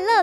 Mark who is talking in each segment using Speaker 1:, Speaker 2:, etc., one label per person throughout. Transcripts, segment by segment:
Speaker 1: 乐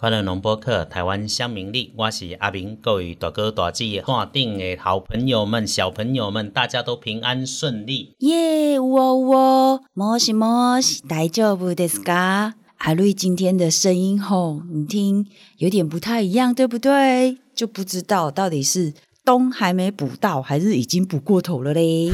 Speaker 2: 快乐农播客，台湾乡民力，我是阿明，各位大哥大姐、看顶的好朋友们、小朋友们，大家都平安顺利。
Speaker 3: 耶，喔喔，摩西摩西，大丈夫ですか？阿瑞今天的声音吼，你听有点不太一样，对不对？就不知道到底是冬还没补到，还是已经补过头 了嘞？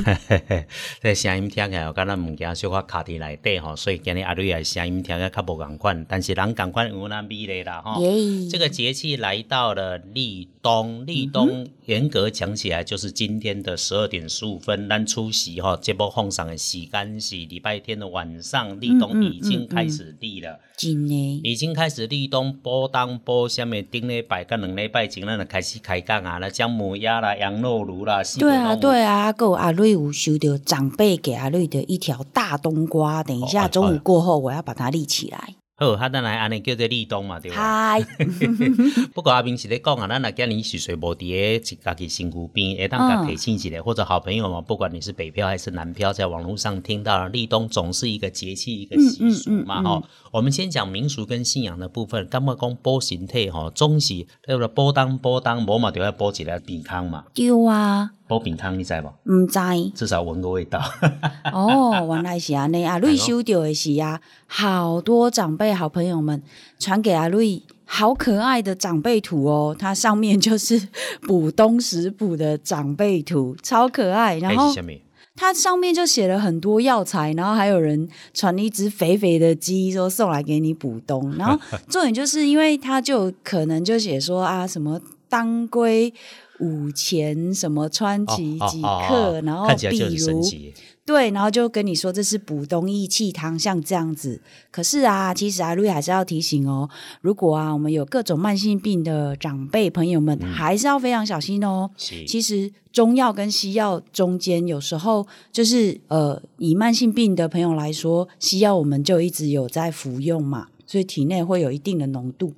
Speaker 2: 这声音听起来，敢若物件小可卡伫内底吼，所以今日阿瑞的声音听起来较无共款，但是人共款有咱美丽啦吼。
Speaker 3: 耶，
Speaker 2: 这个节气来到了立冬，立
Speaker 3: 嗯
Speaker 2: 冬严格讲起来就是今天的十二点十五分，咱出席哈、这波放上的时间是礼拜天的晚上，立冬
Speaker 3: 嗯嗯
Speaker 2: 已经
Speaker 3: 嗯
Speaker 2: 开
Speaker 3: 嗯
Speaker 2: 始立了。
Speaker 3: 真的，
Speaker 2: 已经开始立冬、波冬、波下面顶礼拜跟两礼拜前，咱就开始开讲啊，那姜母鸭啦、羊肉炉啦，四
Speaker 3: 对啊，
Speaker 2: 种拢有。
Speaker 3: 对啊，还有阿瑞有收到长辈给阿瑞的一条大冬瓜，等一
Speaker 2: 哦哎
Speaker 3: 下
Speaker 2: 哎
Speaker 3: 中午过后我要把它立起来。
Speaker 2: 好，哈，咱来安尼叫做立冬嘛，对 吧？嗯
Speaker 3: 嗨，嗯
Speaker 2: 不过阿明是咧讲啊，咱若今年是水无伫诶家己身躯边，会当甲
Speaker 3: 嗯
Speaker 2: 提醒一下，或者好朋友嘛，不管你是北漂还是南漂，在网络上听到了立冬总是一个节气一个习俗嘛，
Speaker 3: 嗯嗯嗯
Speaker 2: 吼、我们先讲民俗跟信仰的部分，感觉讲波形体吼，总是对不对？波当波当，无嘛就要波一个饼汤嘛，
Speaker 3: 丢啊，
Speaker 2: 波饼汤你知无？
Speaker 3: 唔知。
Speaker 2: 至少闻个味道。
Speaker 3: 哦，原来是安尼
Speaker 2: 哎
Speaker 3: 啊！瑞收到的是啊，好多长辈好朋友们传给阿瑞好可爱的长辈图哦，它上面就是补冬食补的长辈图，超可爱。然
Speaker 2: 还是
Speaker 3: 后
Speaker 2: 什么？
Speaker 3: 它上面就写了很多药材，然后还有人传一只肥肥的鸡说送来给你补 冬，然后重点就是因为它就可能就写说啊什么当归。五钱什么川崎
Speaker 2: 哦
Speaker 3: 几克，
Speaker 2: 哦哦哦
Speaker 3: 然后
Speaker 2: 看起来
Speaker 3: 比
Speaker 2: 就很神
Speaker 3: 如
Speaker 2: 奇。
Speaker 3: 对，然后就跟你说这是补冬益气汤，像这样子。可是啊，其实啊，路易还是要提醒哦，如果啊，我们有各种慢性病的长辈朋友们，还是要非常小心哦。
Speaker 2: 是
Speaker 3: 其实中药跟西药中间有时候就是呃，以慢性病的朋友来说，西药我们就一直有在服用嘛，所以体内会有一定的浓度。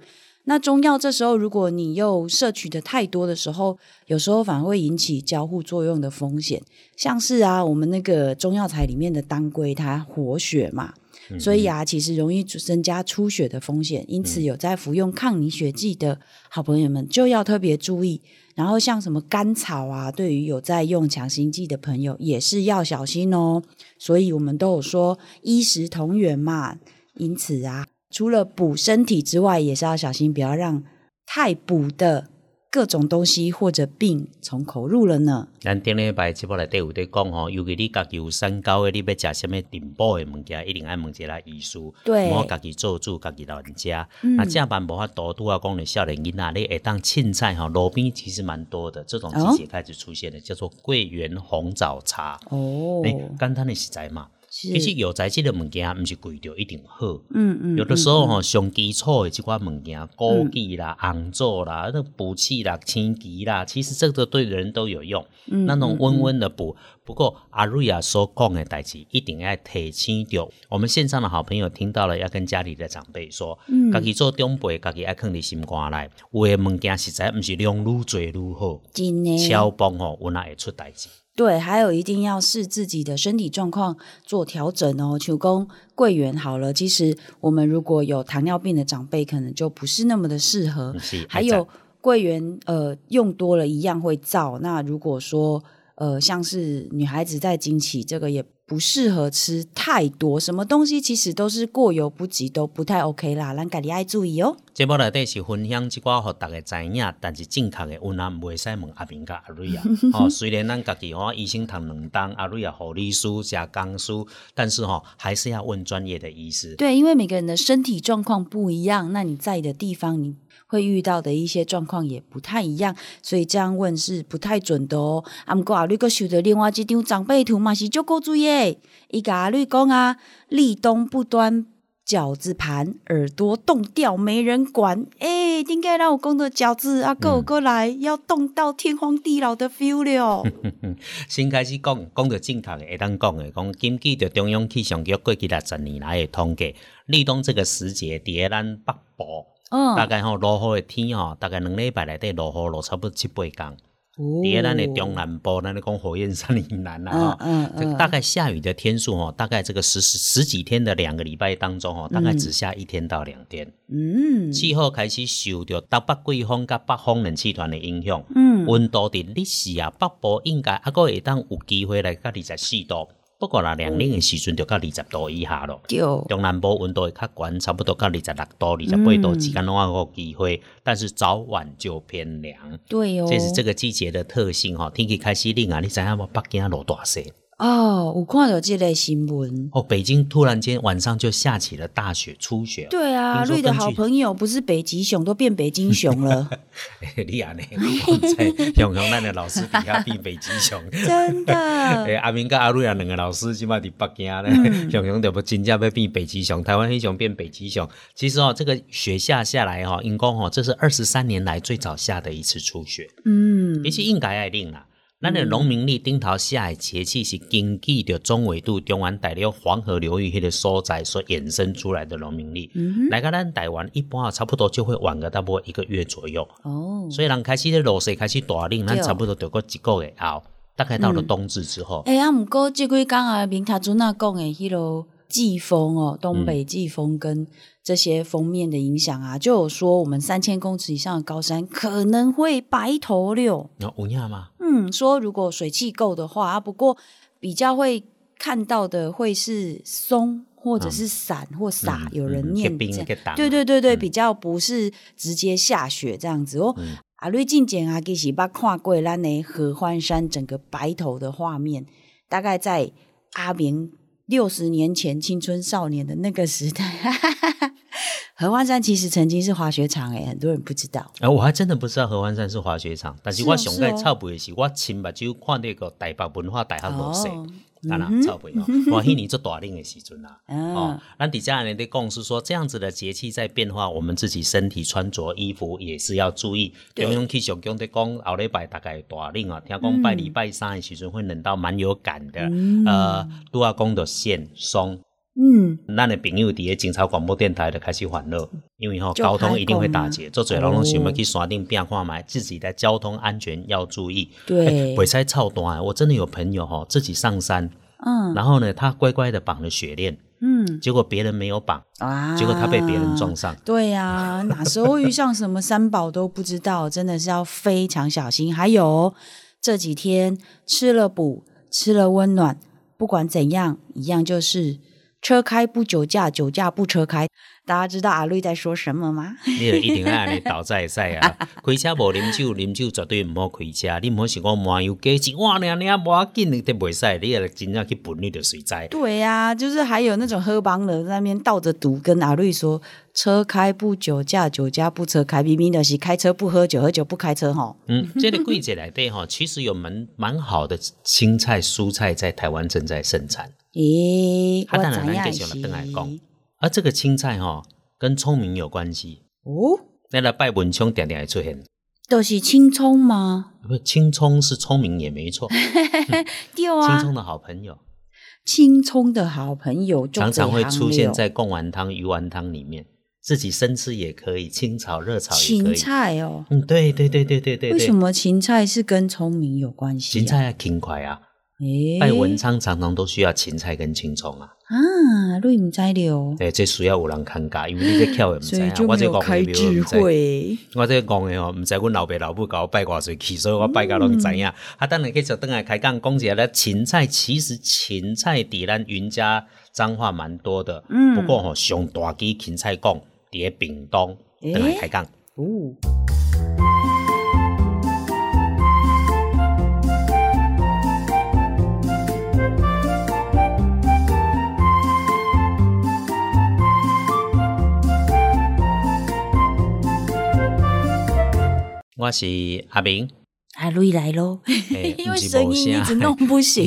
Speaker 3: 那中药这时候，如果你又摄取的太多的时候，有时候反而会引起交互作用的风险。像是啊，我们那个中药材里面的当归，它活血嘛，所以啊，其实容易增加出血的风险。因此，有在服用抗凝血剂的好朋友们就要特别注意。然后，像什么甘草啊，对于有在用强心剂的朋友也是要小心哦。所以我们都有说衣食同源嘛，因此啊，除了补身体之外，也是要小心，不要让太补的各种东西或者病从口入了呢。
Speaker 2: 咱顶礼拜节目内底有在讲吼，尤其你家己有三高的，你要食什么顶补的物件，一定爱问一下医师，
Speaker 3: 对
Speaker 2: 莫家己做主，家己老人家。
Speaker 3: 嗯
Speaker 2: 那这样办无法度，拄啊讲你少年囡仔，你会当凊彩吼，路边其实蛮多的，这种季节开始出现的，叫做桂圆红枣茶。
Speaker 3: 哦
Speaker 2: 哎、简单的食材嘛，
Speaker 3: 是
Speaker 2: 其实药材这个物件，不是贵就一定好。
Speaker 3: 嗯嗯，
Speaker 2: 有的
Speaker 3: 嗯
Speaker 2: 时候吼、上基础的即款物件，枸杞啦、红枣啦、那补气啦、青桔啦，其实这个对人都有用。
Speaker 3: 嗯
Speaker 2: 那种温温的补，不过阿瑞亚所讲的代志，一定要提醒到我们线上的好朋友听到了，要跟家里的长辈说，
Speaker 3: 嗯
Speaker 2: 家己做长辈，家己要放伫心肝内，有的物件实在毋是量愈多愈好，
Speaker 3: 真的
Speaker 2: 超崩吼，有那会出代志。
Speaker 3: 对，还有一定要视自己的身体状况做调整哦。求供桂圆好了，其实我们如果有糖尿病的长辈，可能就不是那么的适合。
Speaker 2: 是，
Speaker 3: 还有桂圆，呃，用多了一样会燥。那如果说呃，像是女孩子在经期，这个也不适合吃太多。什么东西其实都是过犹不及，都不太 OK 啦。咱家己爱注意哦。
Speaker 2: 节目内底是分享一寡，互大家知影，但是正确的温咱袂使问阿明甲阿瑞啊。哦，虽然咱家己吼医生读两当，阿瑞啊护理师加工师，但是吼、还是要问专业的医师。
Speaker 3: 对，因为每个人的身体状况不一样，那你在的地方，你会遇到的一些状况也不太一样，所以这样问是不太准的哦。啊，毋过啊，你个收到另外一张长辈图嘛是足够注意的，伊甲阿瑞讲啊，立冬不端饺子盘耳朵冻掉没人管，哎、应该让我公的饺子啊，给我
Speaker 2: 嗯
Speaker 3: 过来，要冻到天荒地老的 feel 了。
Speaker 2: 先开始讲，讲到正确的，会当讲的，讲根据着中央气象局过去六十年来的统计，立冬这个时节，伫咧咱北部，
Speaker 3: 嗯，
Speaker 2: 大概吼落雨的天吼，大概两礼拜内底落雨落差不多七八天。伫咧咱的中南部，咱咧讲火焰山以南
Speaker 3: 嗯
Speaker 2: 啊，吼，
Speaker 3: 嗯
Speaker 2: 这
Speaker 3: 嗯，
Speaker 2: 大概下雨的天数哦，大概这个十十十几天的两个礼拜当中哦，大概只下一天到两天。
Speaker 3: 嗯
Speaker 2: 气候开始受到东北季风甲北方冷气团的影响，
Speaker 3: 嗯
Speaker 2: 温度伫日时啊北部应该还阁会当有机会来到二十四度，不过啦凉冷的时阵就到二十度以下咯。
Speaker 3: 丢，
Speaker 2: 中南部温度会较悬，差不多到二十六度、二十八度之间拢还有机会，但是早晚就偏凉。
Speaker 3: 对哦，
Speaker 2: 这是这个季节的特性吼，天气开始冷啊，你知影无？北京落大雪，
Speaker 3: 哦，我看到这类新闻。
Speaker 2: 哦，北京突然间晚上就下起了大雪、初雪。
Speaker 3: 对啊，
Speaker 2: 听说
Speaker 3: 瑞的
Speaker 2: 根据
Speaker 3: 好朋友不是北极熊，都变北京 熊了，
Speaker 2: 你安尼， 我在用用咱的老师底下变北极熊。
Speaker 3: 真
Speaker 2: 诶，
Speaker 3: 的。
Speaker 2: 阿明甲阿瑞啊，两个老师即摆伫北京
Speaker 3: 嗯
Speaker 2: 咧，熊熊就要真正要变北极熊，台湾黑熊变北极熊。其实哦，这个雪下下来哦，因讲哦，这是二十三年来最早下的一次初雪，
Speaker 3: 嗯
Speaker 2: 其实应该爱冷啦。咱的农民历顶头下的节气是根据着中纬度、中原大陆、黄河流域迄个所在所衍生出来的农民历。
Speaker 3: 嗯
Speaker 2: 来个咱台湾一般啊，差不多就会晚个大概一个月左右。
Speaker 3: 哦，
Speaker 2: 所以人开始咧落雪，开始大冷，咱
Speaker 3: 对嗯
Speaker 2: 差不多得过一个月后，大概到了冬至之后，
Speaker 3: 哎啊，毋过即几工啊，明塔祖那讲的迄落季风哦，
Speaker 2: 嗯
Speaker 3: 东北季风跟这些封面的影响啊，就有说我们三千公尺以上的高山可能会白头柳。
Speaker 2: 有哦有影吗？
Speaker 3: 嗯，说如果水汽够的话啊，不过比较会看到的会是松或
Speaker 2: 嗯
Speaker 3: 者是伞或洒，有人念这
Speaker 2: 冰
Speaker 3: 样。
Speaker 2: 给打，
Speaker 3: 对对对
Speaker 2: 嗯
Speaker 3: 对，比较不是直接下雪这样子哦。啊，瑞进前啊，其实捌看过咱的合欢山整个白头的画面，大概在阿明六十年前青春少年的那个时代。合欢山其实曾经是滑雪场诶，很多人不知道。
Speaker 2: 哎，我还真的不知道合欢山是滑雪场，但是
Speaker 3: 是哦
Speaker 2: 我上
Speaker 3: 是
Speaker 2: 届
Speaker 3: 哦
Speaker 2: 臭背的是，我亲目睭看那个台北文化大学落雪
Speaker 3: 哦，
Speaker 2: 啊啦
Speaker 3: 嗯哼
Speaker 2: 臭背哦，我迄年做大冷的时阵 啊。哦
Speaker 3: 嗯，，
Speaker 2: 那底下人的共识说，这样子的节气在变化，我们自己身体穿着衣服也是要注意。
Speaker 3: 对
Speaker 2: 中央气象局在讲，后礼拜大概大冷啊，听讲拜
Speaker 3: 嗯
Speaker 2: 礼拜三的时阵会冷到蛮有感的。呃，都要讲到线松，
Speaker 3: 嗯，
Speaker 2: 咱的朋友伫咧警察广播电台就开始烦恼，因为吼、
Speaker 3: 就
Speaker 2: 交通
Speaker 3: 开
Speaker 2: 一定会打
Speaker 3: 讲啊哦
Speaker 2: 结，做侪人拢想要去山顶拼看卖，自己的交通安全要注意。哎
Speaker 3: 对，
Speaker 2: 袂使操单，我真的有朋友吼、自己上山，
Speaker 3: 嗯
Speaker 2: 然后呢，他乖乖的绑了雪链，
Speaker 3: 嗯
Speaker 2: 结果别人没有绑，
Speaker 3: 啊
Speaker 2: 结果他被别人撞上。
Speaker 3: 对呀、哪时候遇上什么三宝都不知道，真的是要非常小心。还有这几天吃了补，吃了温暖，不管怎样，一样就是车开不酒驾，酒驾不车开。大家知道阿瑞在说什么吗？
Speaker 2: 你就一定要安尼倒才会使啊！ 开车无啉酒，啉酒绝对毋好开车。你毋好想讲麻油鸡一碗尔尔无要紧，你都袂使。你若真正去分，你就随在。
Speaker 3: 对呀、就是还有那种喝帮的在那边倒着毒，跟阿瑞说车开不酒驾，酒驾不车开，明明的是开车不喝酒，喝酒不开车吼。
Speaker 2: 嗯，这个季节内底吼， 其实有蛮蛮好的青菜、蔬菜在台湾正在盛产。
Speaker 3: 咦，
Speaker 2: 啊
Speaker 3: 我
Speaker 2: 当然
Speaker 3: 怎
Speaker 2: 咱
Speaker 3: 样
Speaker 2: 继续来
Speaker 3: 是
Speaker 2: 回来讲而啊这个青菜吼、跟聪明有关系。
Speaker 3: 哦，
Speaker 2: 咱来拜文昌点点会出现，
Speaker 3: 都是青葱吗？
Speaker 2: 不，青葱是聪明也没错，
Speaker 3: 对
Speaker 2: 青
Speaker 3: 啊，
Speaker 2: 葱的好朋友，
Speaker 3: 青葱的好朋友就
Speaker 2: 常常会
Speaker 3: 这行
Speaker 2: 出现
Speaker 3: 了
Speaker 2: 在贡丸汤、鱼丸汤里面，自己生吃也可以，清炒、热炒也可
Speaker 3: 芹
Speaker 2: 以。
Speaker 3: 菜哦。
Speaker 2: 嗯，对对对对对对对。
Speaker 3: 为什么芹菜是跟聪明有关系、啊？
Speaker 2: 芹菜要勤快啊？
Speaker 3: 诶，
Speaker 2: 拜文昌常常都需要芹菜跟青葱啊。
Speaker 3: 啊，瑞唔知了，
Speaker 2: 对，这需要有人看家，因为你这跳也唔知
Speaker 3: 所
Speaker 2: 啊
Speaker 3: 以，就
Speaker 2: 我
Speaker 3: 没
Speaker 2: 这
Speaker 3: 有
Speaker 2: 讲
Speaker 3: 开
Speaker 2: 的
Speaker 3: 智
Speaker 2: 庙不知。
Speaker 3: 慧。
Speaker 2: 我这讲的哦，唔知阮老爸老母甲我拜偌侪去，所以我拜甲拢知
Speaker 3: 嗯
Speaker 2: 影。啊，等下继续等下开讲讲一下咧，芹菜其实芹菜伫咱云家彰化蛮多的，
Speaker 3: 嗯
Speaker 2: 不过吼、上大支芹菜讲伫咧屏东，
Speaker 3: 诶
Speaker 2: 等下开讲。
Speaker 3: 哦，
Speaker 2: 我是阿明，
Speaker 3: 阿瑞啊来喽，
Speaker 2: 嘿
Speaker 3: 因为
Speaker 2: 不是啊
Speaker 3: 声
Speaker 2: 无
Speaker 3: 音一
Speaker 2: 声
Speaker 3: 直弄不醒。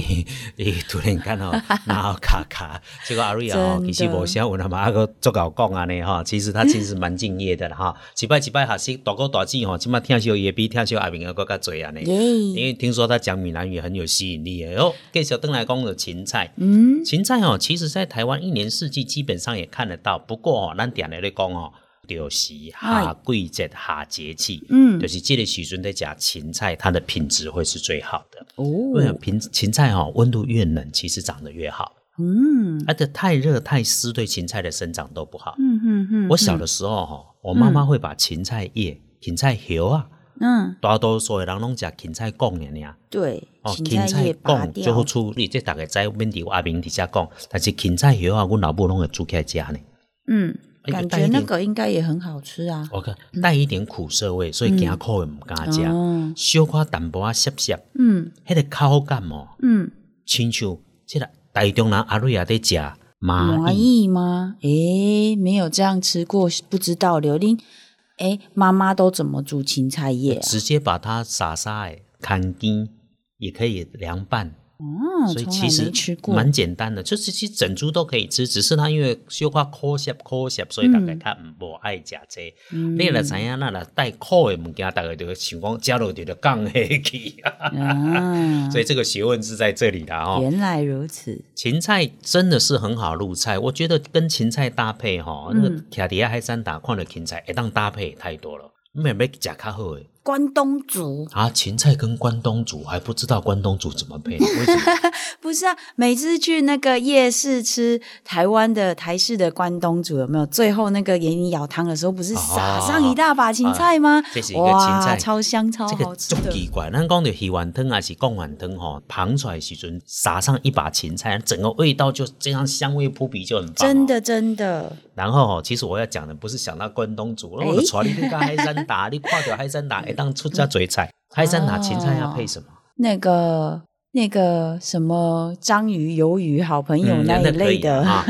Speaker 2: 你 你突然间吼，然后卡卡，这个阿瑞啊吼，
Speaker 3: 真的
Speaker 2: 其实无啥有那么阿个做搞讲安尼吼，其实他真是蛮敬业的啦 哈。一摆一摆学习大哥大姐吼，即摆听小伊的比听小阿明的更加多安尼。因
Speaker 3: 耶，
Speaker 2: 为听说他讲闽南语很有吸引力的哦。继续登来讲的芹菜，
Speaker 3: 嗯，
Speaker 2: 芹菜哦，其实在台湾一年四季基本上也看得到。不过哦，咱定咧咧讲哦，就是夏季节、夏节气，
Speaker 3: 嗯
Speaker 2: 就是这个时阵在讲芹菜，它的品质会是最好的。
Speaker 3: 哦，
Speaker 2: 因为芹芹菜哦，温度越冷，其实长得越好。
Speaker 3: 嗯，
Speaker 2: 而且太热太湿，对芹菜的生长都不好。
Speaker 3: 嗯嗯嗯，
Speaker 2: 我小的时候哈、哦，我妈妈会把芹菜叶、芹菜叶啊，
Speaker 3: 嗯，
Speaker 2: 大多数的人拢食芹菜贡的尔。
Speaker 3: 对，
Speaker 2: 哦，芹
Speaker 3: 芹菜叶拔
Speaker 2: 讲最好
Speaker 3: 掉，
Speaker 2: 处理，这大家知，免伫我阿明伫遮讲，但是芹菜叶啊，阮老母拢会煮起来食呢。
Speaker 3: 嗯，
Speaker 2: 哎
Speaker 3: 感
Speaker 2: 带一
Speaker 3: 觉那
Speaker 2: 点
Speaker 3: 个应该也很好吃啊。
Speaker 2: 我看带一点苦涩味，所以惊苦的毋敢食，
Speaker 3: 哦，
Speaker 2: 小可淡薄仔涩涩，迄、
Speaker 3: 嗯
Speaker 2: 个口感哦，
Speaker 3: 嗯，
Speaker 2: 亲像即个台中人阿瑞也伫食
Speaker 3: 蚂
Speaker 2: 蚂蚁，
Speaker 3: 蚁吗？诶，没有这样吃过，不知道刘玲。诶，妈妈都怎么煮芹菜叶啊？
Speaker 2: 直接把它撒撒诶，砍筋也可以凉拌。
Speaker 3: 哦，
Speaker 2: 嗯所以
Speaker 3: 从
Speaker 2: 其
Speaker 3: 来
Speaker 2: 实
Speaker 3: 没吃过。
Speaker 2: 蛮简单的，就是其实整株都可以吃，只是它因为小可苦涩苦涩，所以大家
Speaker 3: 嗯
Speaker 2: 较唔爱食这你若知影，咱若带苦的物件，大家就会想讲食落去就降下 去。
Speaker 3: 嗯啊，
Speaker 2: 所以这个学问是在这里的 哦。
Speaker 3: 原来如此。
Speaker 2: 芹菜真的是很好入菜，我觉得跟芹菜搭配哈、哦，那
Speaker 3: 嗯
Speaker 2: 个卡迪亚海山打看的芹菜，一当搭配太多了。妹妹吃较好的
Speaker 3: 关东煮
Speaker 2: 啊，芹菜跟关东煮还不知道关东煮怎么配，为什么？
Speaker 3: 不是啊，每次去那个夜市吃台湾的台式的关东煮，有没有？最后那个给你舀汤的时候，不是撒上一大把芹菜吗？
Speaker 2: 哦啊这是一个芹
Speaker 3: 哇，
Speaker 2: 菜
Speaker 3: 超香超
Speaker 2: 这
Speaker 3: 哦好
Speaker 2: 个
Speaker 3: 吃
Speaker 2: 足
Speaker 3: 的。
Speaker 2: 奇怪，咱讲到鱼丸汤还是贡丸汤吼，捧出来的时阵撒上一把芹菜，整个味道就这样香味扑鼻，就很棒、哦
Speaker 3: 真。的真的，
Speaker 2: 然后哦，其实我要讲的不是想到关东煮，我
Speaker 3: 诶
Speaker 2: 带你去看海山达， 你看到海山达会当出家嘴菜，海山达芹菜要配什么？
Speaker 3: 那个那个什么章鱼、鱿鱼，好朋友那一
Speaker 2: 嗯那可
Speaker 3: 类
Speaker 2: 以
Speaker 3: 的、
Speaker 2: 啊，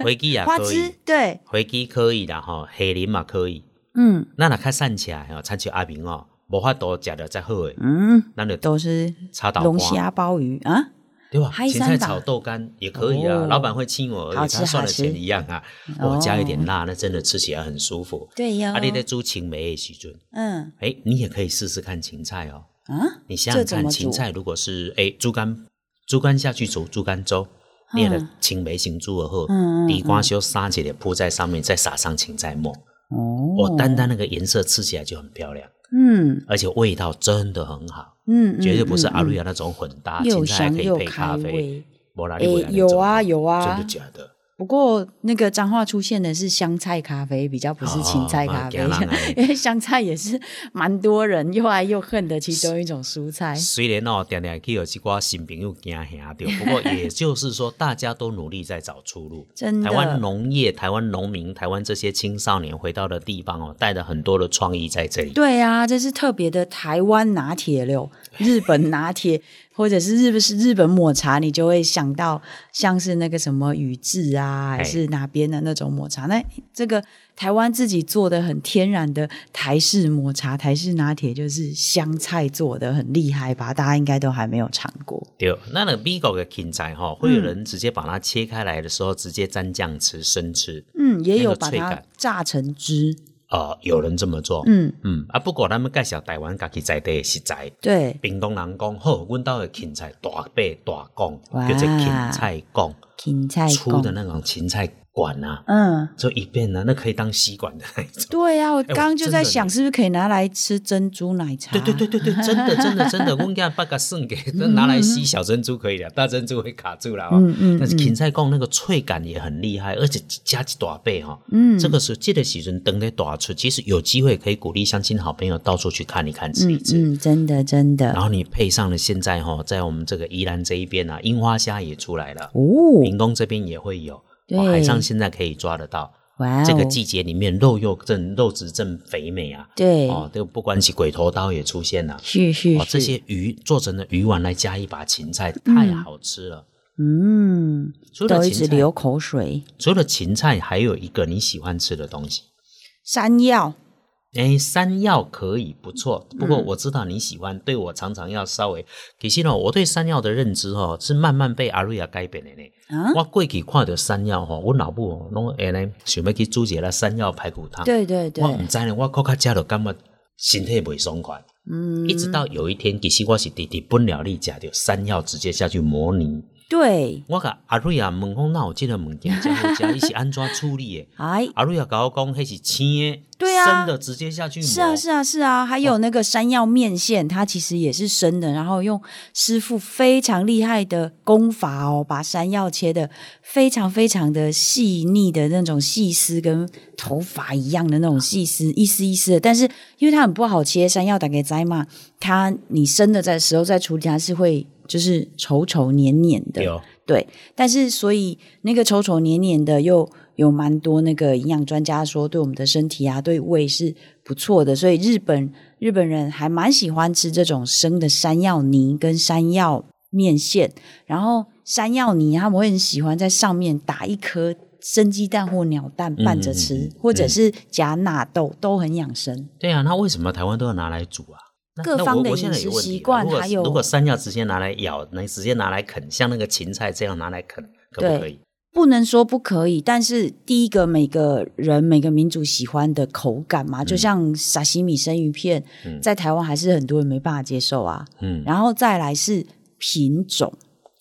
Speaker 2: 回鸡也
Speaker 3: 花
Speaker 2: 可
Speaker 3: 枝
Speaker 2: 以，，
Speaker 3: 对，
Speaker 2: 回鸡可以啦吼，黑林嘛可以。
Speaker 3: 嗯
Speaker 2: 咱若较散起来吼，参像阿明哦，无法度食着再好诶，
Speaker 3: 嗯，
Speaker 2: 咱就
Speaker 3: 都是
Speaker 2: 炒豆
Speaker 3: 龙
Speaker 2: 干
Speaker 3: 虾鲍鱼啊，
Speaker 2: 对吧？
Speaker 3: 嗨
Speaker 2: 芹
Speaker 3: 三
Speaker 2: 菜
Speaker 3: 吧
Speaker 2: 炒豆干也可以啊，
Speaker 3: 哦
Speaker 2: 老板会请我而已，
Speaker 3: 好吃
Speaker 2: 他算
Speaker 3: 好
Speaker 2: 的
Speaker 3: 吃
Speaker 2: 钱一样啊。
Speaker 3: 哦
Speaker 2: 我加一点辣，那真的吃起来很舒服。
Speaker 3: 对呀、
Speaker 2: 啊，你在煮青梅的时阵，
Speaker 3: 嗯
Speaker 2: 哎，你也可以试试看芹菜哦。
Speaker 3: 啊，
Speaker 2: 你想想
Speaker 3: 这怎么
Speaker 2: 看，
Speaker 3: 煮
Speaker 2: 芹菜如果是哎猪肝，猪肝下去煮猪肝粥，
Speaker 3: 嗯
Speaker 2: 你的青梅型猪耳后
Speaker 3: 嗯嗯，
Speaker 2: 地瓜修撒起来铺在上面，再撒上芹菜末，
Speaker 3: 哦，
Speaker 2: 我单单那个颜色吃起来就很漂亮，
Speaker 3: 嗯
Speaker 2: 而且味道真的很好，
Speaker 3: 嗯，嗯
Speaker 2: 绝对不是阿
Speaker 3: 嗯
Speaker 2: 瑞亚那种混搭，
Speaker 3: 嗯
Speaker 2: 芹
Speaker 3: 又
Speaker 2: 菜还
Speaker 3: 香
Speaker 2: 可
Speaker 3: 又
Speaker 2: 以配
Speaker 3: 开
Speaker 2: 咖啡。
Speaker 3: 胃。
Speaker 2: 没啦
Speaker 3: 诶
Speaker 2: 你没有那
Speaker 3: 有啊
Speaker 2: 种
Speaker 3: 有啊
Speaker 2: 真的假的？
Speaker 3: 不过那个彰化出现的是香菜咖啡，比较不是芹菜咖啡，
Speaker 2: 哦哦哦惊人啊
Speaker 3: 因为香菜也是蛮多人又爱又恨的其中一种蔬菜。
Speaker 2: 虽然哦，常常去有一挂新朋友惊吓到，不 过也就是说，大家都努力在找出路。
Speaker 3: 真的
Speaker 2: 台湾农业、台湾农民、台湾这些青少年回到的地方哦，带着很多的创意在这里。
Speaker 3: 对啊，这是特别的台湾拿铁流， 日本拿铁，或者是日是日本抹茶，你就会想到像是那个什么宇治
Speaker 2: 哎
Speaker 3: 啊，还是哪边的那种抹茶。那这个台湾自己做的很天然的台式抹茶、台式拿铁，就是香菜做的，很厉害吧？大家应该都还没有尝过。
Speaker 2: 对，那那美国的芹菜哈、哦，会有人直接把它切开来的时候，直接蘸酱吃、生吃。
Speaker 3: 嗯，也
Speaker 2: 那
Speaker 3: 有
Speaker 2: 个
Speaker 3: 把
Speaker 2: 脆
Speaker 3: 它
Speaker 2: 感
Speaker 3: 榨成汁。
Speaker 2: 呃，有人这么做。
Speaker 3: 嗯，
Speaker 2: 嗯啊，不过咱们介绍台湾家己在地的食材。
Speaker 3: 对，
Speaker 2: 屏东人讲好，阮兜的芹菜大白大贡，
Speaker 3: 哇
Speaker 2: 叫做芹菜贡，
Speaker 3: 芹菜
Speaker 2: 粗的
Speaker 3: 贡
Speaker 2: 那种芹菜管啊，
Speaker 3: 嗯，
Speaker 2: 就一片呢、啊，那可以当吸管的那一 种。
Speaker 3: 对呀、啊，我
Speaker 2: 哎我
Speaker 3: 刚刚就
Speaker 2: 真
Speaker 3: 在
Speaker 2: 的
Speaker 3: 想，
Speaker 2: 呢
Speaker 3: 是不是可以拿来吃珍珠奶茶？
Speaker 2: 对对对对对，真的真的 真的，我给把个剩给拿来吸小珍珠可以了，大珍珠会卡住了哦。
Speaker 3: 嗯嗯
Speaker 2: 但是芹菜贡那个脆感也很厉害，而且加一大倍哈、哦。
Speaker 3: 嗯
Speaker 2: 这个时候这个时阵等在大出，其实有机会可以鼓励相亲好朋友到处去看一看、吃一吃。
Speaker 3: 嗯嗯，真的真的
Speaker 2: 然后你配上了现在哈、哦，在我们这个宜兰这一边啊，樱花虾也出来了。
Speaker 3: 哦，
Speaker 2: 屏东这边也会有，
Speaker 3: 对
Speaker 2: 哇海上现在可以抓得到。
Speaker 3: 哇哦，
Speaker 2: 这个季节里面肉又正肉质正肥美啊，
Speaker 3: 对
Speaker 2: 哦，这个不管是鬼头刀也出现了，
Speaker 3: 是是
Speaker 2: 哦，
Speaker 3: 是
Speaker 2: 这些鱼做成的鱼丸来加一把芹菜，太好吃了。
Speaker 3: 嗯，
Speaker 2: 除了
Speaker 3: 都一
Speaker 2: 芹
Speaker 3: 直
Speaker 2: 菜，
Speaker 3: 流口水。
Speaker 2: 除了芹菜，还有一个你喜欢吃的东西，
Speaker 3: 山药
Speaker 2: 哎，山药可以不错，不
Speaker 3: 嗯
Speaker 2: 过我知道你喜欢，对我常常要稍微。其实呢，我对山药的认知哦，是慢慢被阿瑞亚改变的呢。
Speaker 3: 啊
Speaker 2: 我过去看到山药吼，我脑部哦拢会呢想要去煮一个山药排骨汤。
Speaker 3: 对对对
Speaker 2: 我，唔知呢，我搁较食就感觉身体袂爽快。
Speaker 3: 嗯，
Speaker 2: 一直到有一天，其实我是伫日本料理食着山药，直接下去磨泥。
Speaker 3: 对，
Speaker 2: 我甲阿瑞亚问讲，那有即个物件真好 食，你是安怎处理的？
Speaker 3: 哎，
Speaker 2: 阿瑞亚甲我讲，迄是青的，
Speaker 3: 对啊
Speaker 2: 生的直接下去磨。哦
Speaker 3: 是啊，是啊，是啊，还有那个山药面线，它其实也是生的，然后用师傅非常厉害的功法哦，把山药切的非常非常的细腻的那种细丝，跟头发一样的那种细丝，一丝一丝的。但是因为它很不好切，山药打给摘嘛，它你生的在时候再处理，它是会就是稠稠黏黏的。
Speaker 2: 对哦。
Speaker 3: 对，但是所以那个稠稠黏黏的，又有蛮多那个营养专家说，对我们的身体啊，对胃是不错的。所以日本日本人还蛮喜欢吃这种生的山药泥跟山药面线，然后山药泥他们会很喜欢在上面打一颗生鸡蛋或鸟蛋拌着吃，
Speaker 2: 嗯嗯嗯
Speaker 3: 或者
Speaker 2: 嗯
Speaker 3: 是夹纳豆，都很养生。
Speaker 2: 对啊，那为什么台湾都要拿来煮啊？那
Speaker 3: 各
Speaker 2: 那
Speaker 3: 方
Speaker 2: 我
Speaker 3: 的
Speaker 2: 我现在
Speaker 3: 饮
Speaker 2: 有
Speaker 3: 食
Speaker 2: 问题
Speaker 3: 习
Speaker 2: 了
Speaker 3: 惯
Speaker 2: 如果
Speaker 3: 还有
Speaker 2: 如果山药直接拿来咬，能直接拿来啃，像那个芹菜这样拿来啃，可
Speaker 3: 对
Speaker 2: 不可以？
Speaker 3: 不能说不可以，但是第一个每个人每个民族喜欢的口感嘛，就像沙西米生鱼片，
Speaker 2: 嗯
Speaker 3: 在台湾还是很多人没办法接受啊。
Speaker 2: 嗯，
Speaker 3: 然后再来是品种，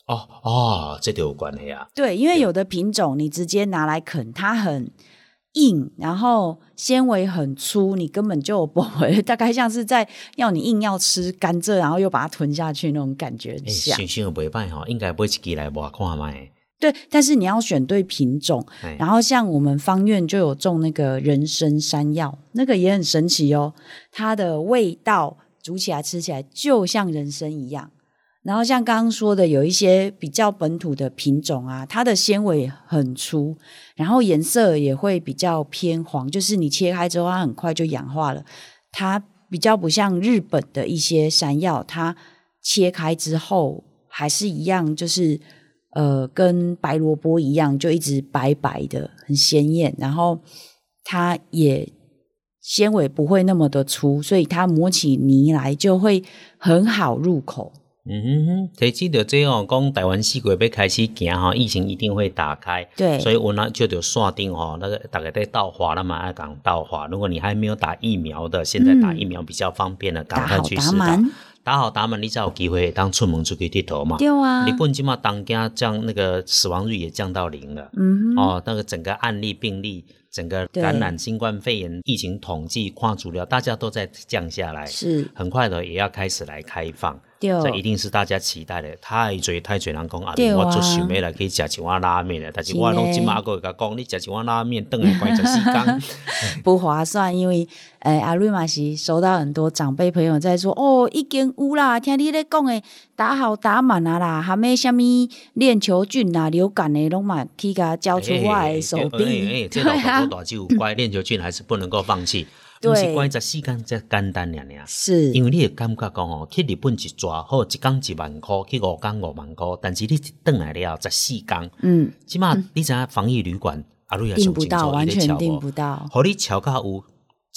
Speaker 2: 哦哦，这就有关系啊。
Speaker 3: 对，因为有的品种你直接拿来啃，它很硬，然后纤维很粗，你根本就不会， 大概像是在要你硬要吃甘蔗，然后又把它吞下去那种感觉
Speaker 2: 哎，
Speaker 3: 像。
Speaker 2: 想想袂歹吼，应该买一支来我看卖。
Speaker 3: 对，但是你要选对品种，
Speaker 2: 哎
Speaker 3: 然后像我们方院就有种那个人参山药，那个也很神奇哦，它的味道煮起来吃起来就像人参一样。然后像刚刚说的，有一些比较本土的品种啊，它的纤维很粗，然后颜色也会比较偏黄，就是你切开之后，它很快就氧化了。它比较不像日本的一些山药，它切开之后还是一样，就是呃，跟白萝卜一样，就一直白白的，很鲜艳。然后它也纤维不会那么的粗，所以它磨起泥来就会很好入口。
Speaker 2: 嗯哼，提起到这样讲，台湾四国要开始行吼，疫情一定会打开。
Speaker 3: 对
Speaker 2: 所以我呢就得锁定哦，那个大概在到华了嘛，要赶到华。如果你还没有打疫苗的，现在打
Speaker 3: 嗯
Speaker 2: 疫苗比较方便了，赶
Speaker 3: 打
Speaker 2: 快
Speaker 3: 好
Speaker 2: 去
Speaker 3: 打
Speaker 2: 施打。
Speaker 3: 满，
Speaker 2: 打好打满，你才有机会当出门出去剃头嘛。
Speaker 3: 对啊
Speaker 2: 日，本起码当家降那个死亡率也降到零了。
Speaker 3: 嗯哼，
Speaker 2: 哦，那个整个案例、病例、整个
Speaker 3: 对
Speaker 2: 感染新冠肺炎疫情统计跨足了，大家都在降下来，
Speaker 3: 是
Speaker 2: 很快的也要开始来开放，
Speaker 3: 对哦
Speaker 2: 这一定是大家期待的。太侪太侪人讲啊，
Speaker 3: 对啊
Speaker 2: 我做想要来去食一碗拉面了，但是我
Speaker 3: 真的
Speaker 2: 拢即马个甲讲，你食一碗拉面，等下关十四天。
Speaker 3: 不划算，因为诶、呃阿瑞玛是收到很多长辈朋友在说，哦，已经有啦，听你咧讲诶，打好打满啊啦，还没什么链球菌啦、流感诶，拢嘛去甲交出我的手
Speaker 2: 哎哎哎
Speaker 3: 臂，
Speaker 2: 这
Speaker 3: 对
Speaker 2: 老婆
Speaker 3: 啊，
Speaker 2: 多大只有乖，练球菌还是不能够放 弃。
Speaker 3: 对
Speaker 2: 不是关十四天才简单尔尔。
Speaker 3: 是
Speaker 2: 因为你会感觉讲吼，去日本一抓好，一工一万块，去五工五万块，但是你一转来了后，十四工，
Speaker 3: 嗯，
Speaker 2: 起码你知影防疫旅馆啊，你也
Speaker 3: 订
Speaker 2: 上
Speaker 3: 不
Speaker 2: 清
Speaker 3: 到，
Speaker 2: 楚，
Speaker 3: 完
Speaker 2: 伊咧
Speaker 3: 全
Speaker 2: 超
Speaker 3: 订
Speaker 2: 无
Speaker 3: 不，到，
Speaker 2: 互你超到有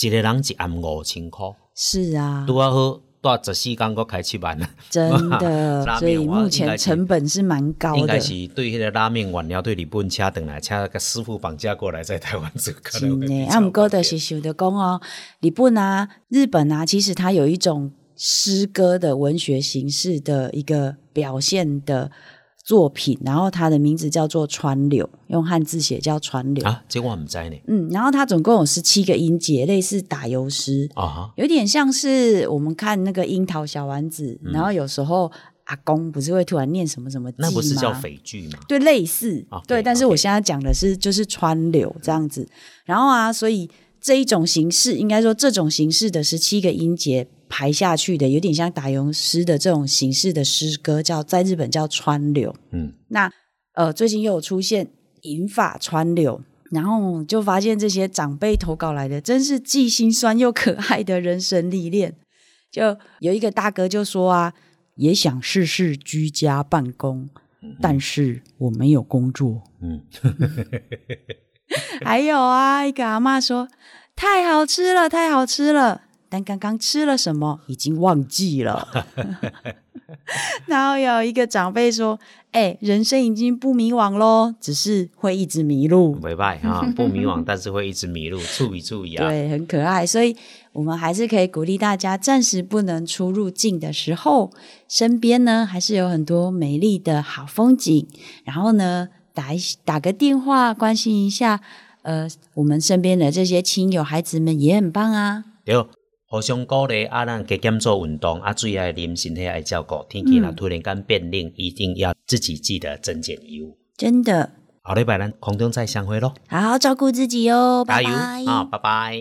Speaker 2: 一个人一暗五千块，
Speaker 3: 是 啊，
Speaker 2: 拄啊好，带十四工，搁开七万，
Speaker 3: 真的，
Speaker 2: 拉面
Speaker 3: 所以
Speaker 2: 我
Speaker 3: 目
Speaker 2: 应
Speaker 3: 前
Speaker 2: 该是
Speaker 3: 成本是蛮高
Speaker 2: 应
Speaker 3: 的
Speaker 2: 该，是对迄个拉面原料对日本车转来，车个师傅绑架过来，在台湾做，可能
Speaker 3: 真
Speaker 2: 会
Speaker 3: 的
Speaker 2: 比，
Speaker 3: 啊，
Speaker 2: 较
Speaker 3: 毋过
Speaker 2: 方
Speaker 3: 就
Speaker 2: 便
Speaker 3: 是想着讲哦，日本啊、日本啊，其实它有一种诗歌的文学形式的一个表现的作品，然后它的名字叫做川柳，用汉字写叫川 柳。
Speaker 2: 啊，这我唔知呢。
Speaker 3: 嗯，然后它总共有十七个音节，类似打油诗，
Speaker 2: 啊哈，
Speaker 3: 有点像是我们看那个樱桃小丸子，然后有时候阿公不是会突然念什么什么记吗？
Speaker 2: 嗯那不是叫匪剧吗？
Speaker 3: 对，类似
Speaker 2: OK，
Speaker 3: 对，但是
Speaker 2: 哦
Speaker 3: 我
Speaker 2: OK
Speaker 3: 现在讲的是就是川流这样子，然后啊，所以这一种形式，应该说这种形式的十七个音节排下去的，有点像打油诗的这种形式的诗歌，叫在日本叫川流。
Speaker 2: 嗯，
Speaker 3: 那呃，最近又有出现银发川流，然后就发现这些长辈投稿来的，真是既心酸又可爱的人生历练。就有一个大哥就说啊，也想试试居家办公，但是我没有 工作。
Speaker 2: 嗯，
Speaker 3: 还有啊，一个阿嬷说。太好吃了，太好吃了。但刚刚吃了什么已经忘记了。然后有一个长辈说：“哎、人生已经不迷惘喽，只是会一直迷路。
Speaker 2: 没败 啊，不迷惘，但是会一直迷路，注意注意啊。
Speaker 3: 对，很可爱。所以我们还是可以鼓励大家，暂时不能出入境的时候，身边呢还是有很多美丽的好风景。然后呢，打一打个电话关心一下，呃，我们身边的这些亲友、孩子们也很棒啊。
Speaker 2: 对，互相鼓励啊，咱加减做运动啊，水爱啉，身体爱照顾。天气若
Speaker 3: 嗯
Speaker 2: 突然间变冷，一定要自己记得增减衣物。
Speaker 3: 真的，
Speaker 2: 后礼拜咱空中再相会咯，
Speaker 3: 好好照顾自己哦，
Speaker 2: 加
Speaker 3: 拜
Speaker 2: 油
Speaker 3: 拜。
Speaker 2: 啊，拜拜。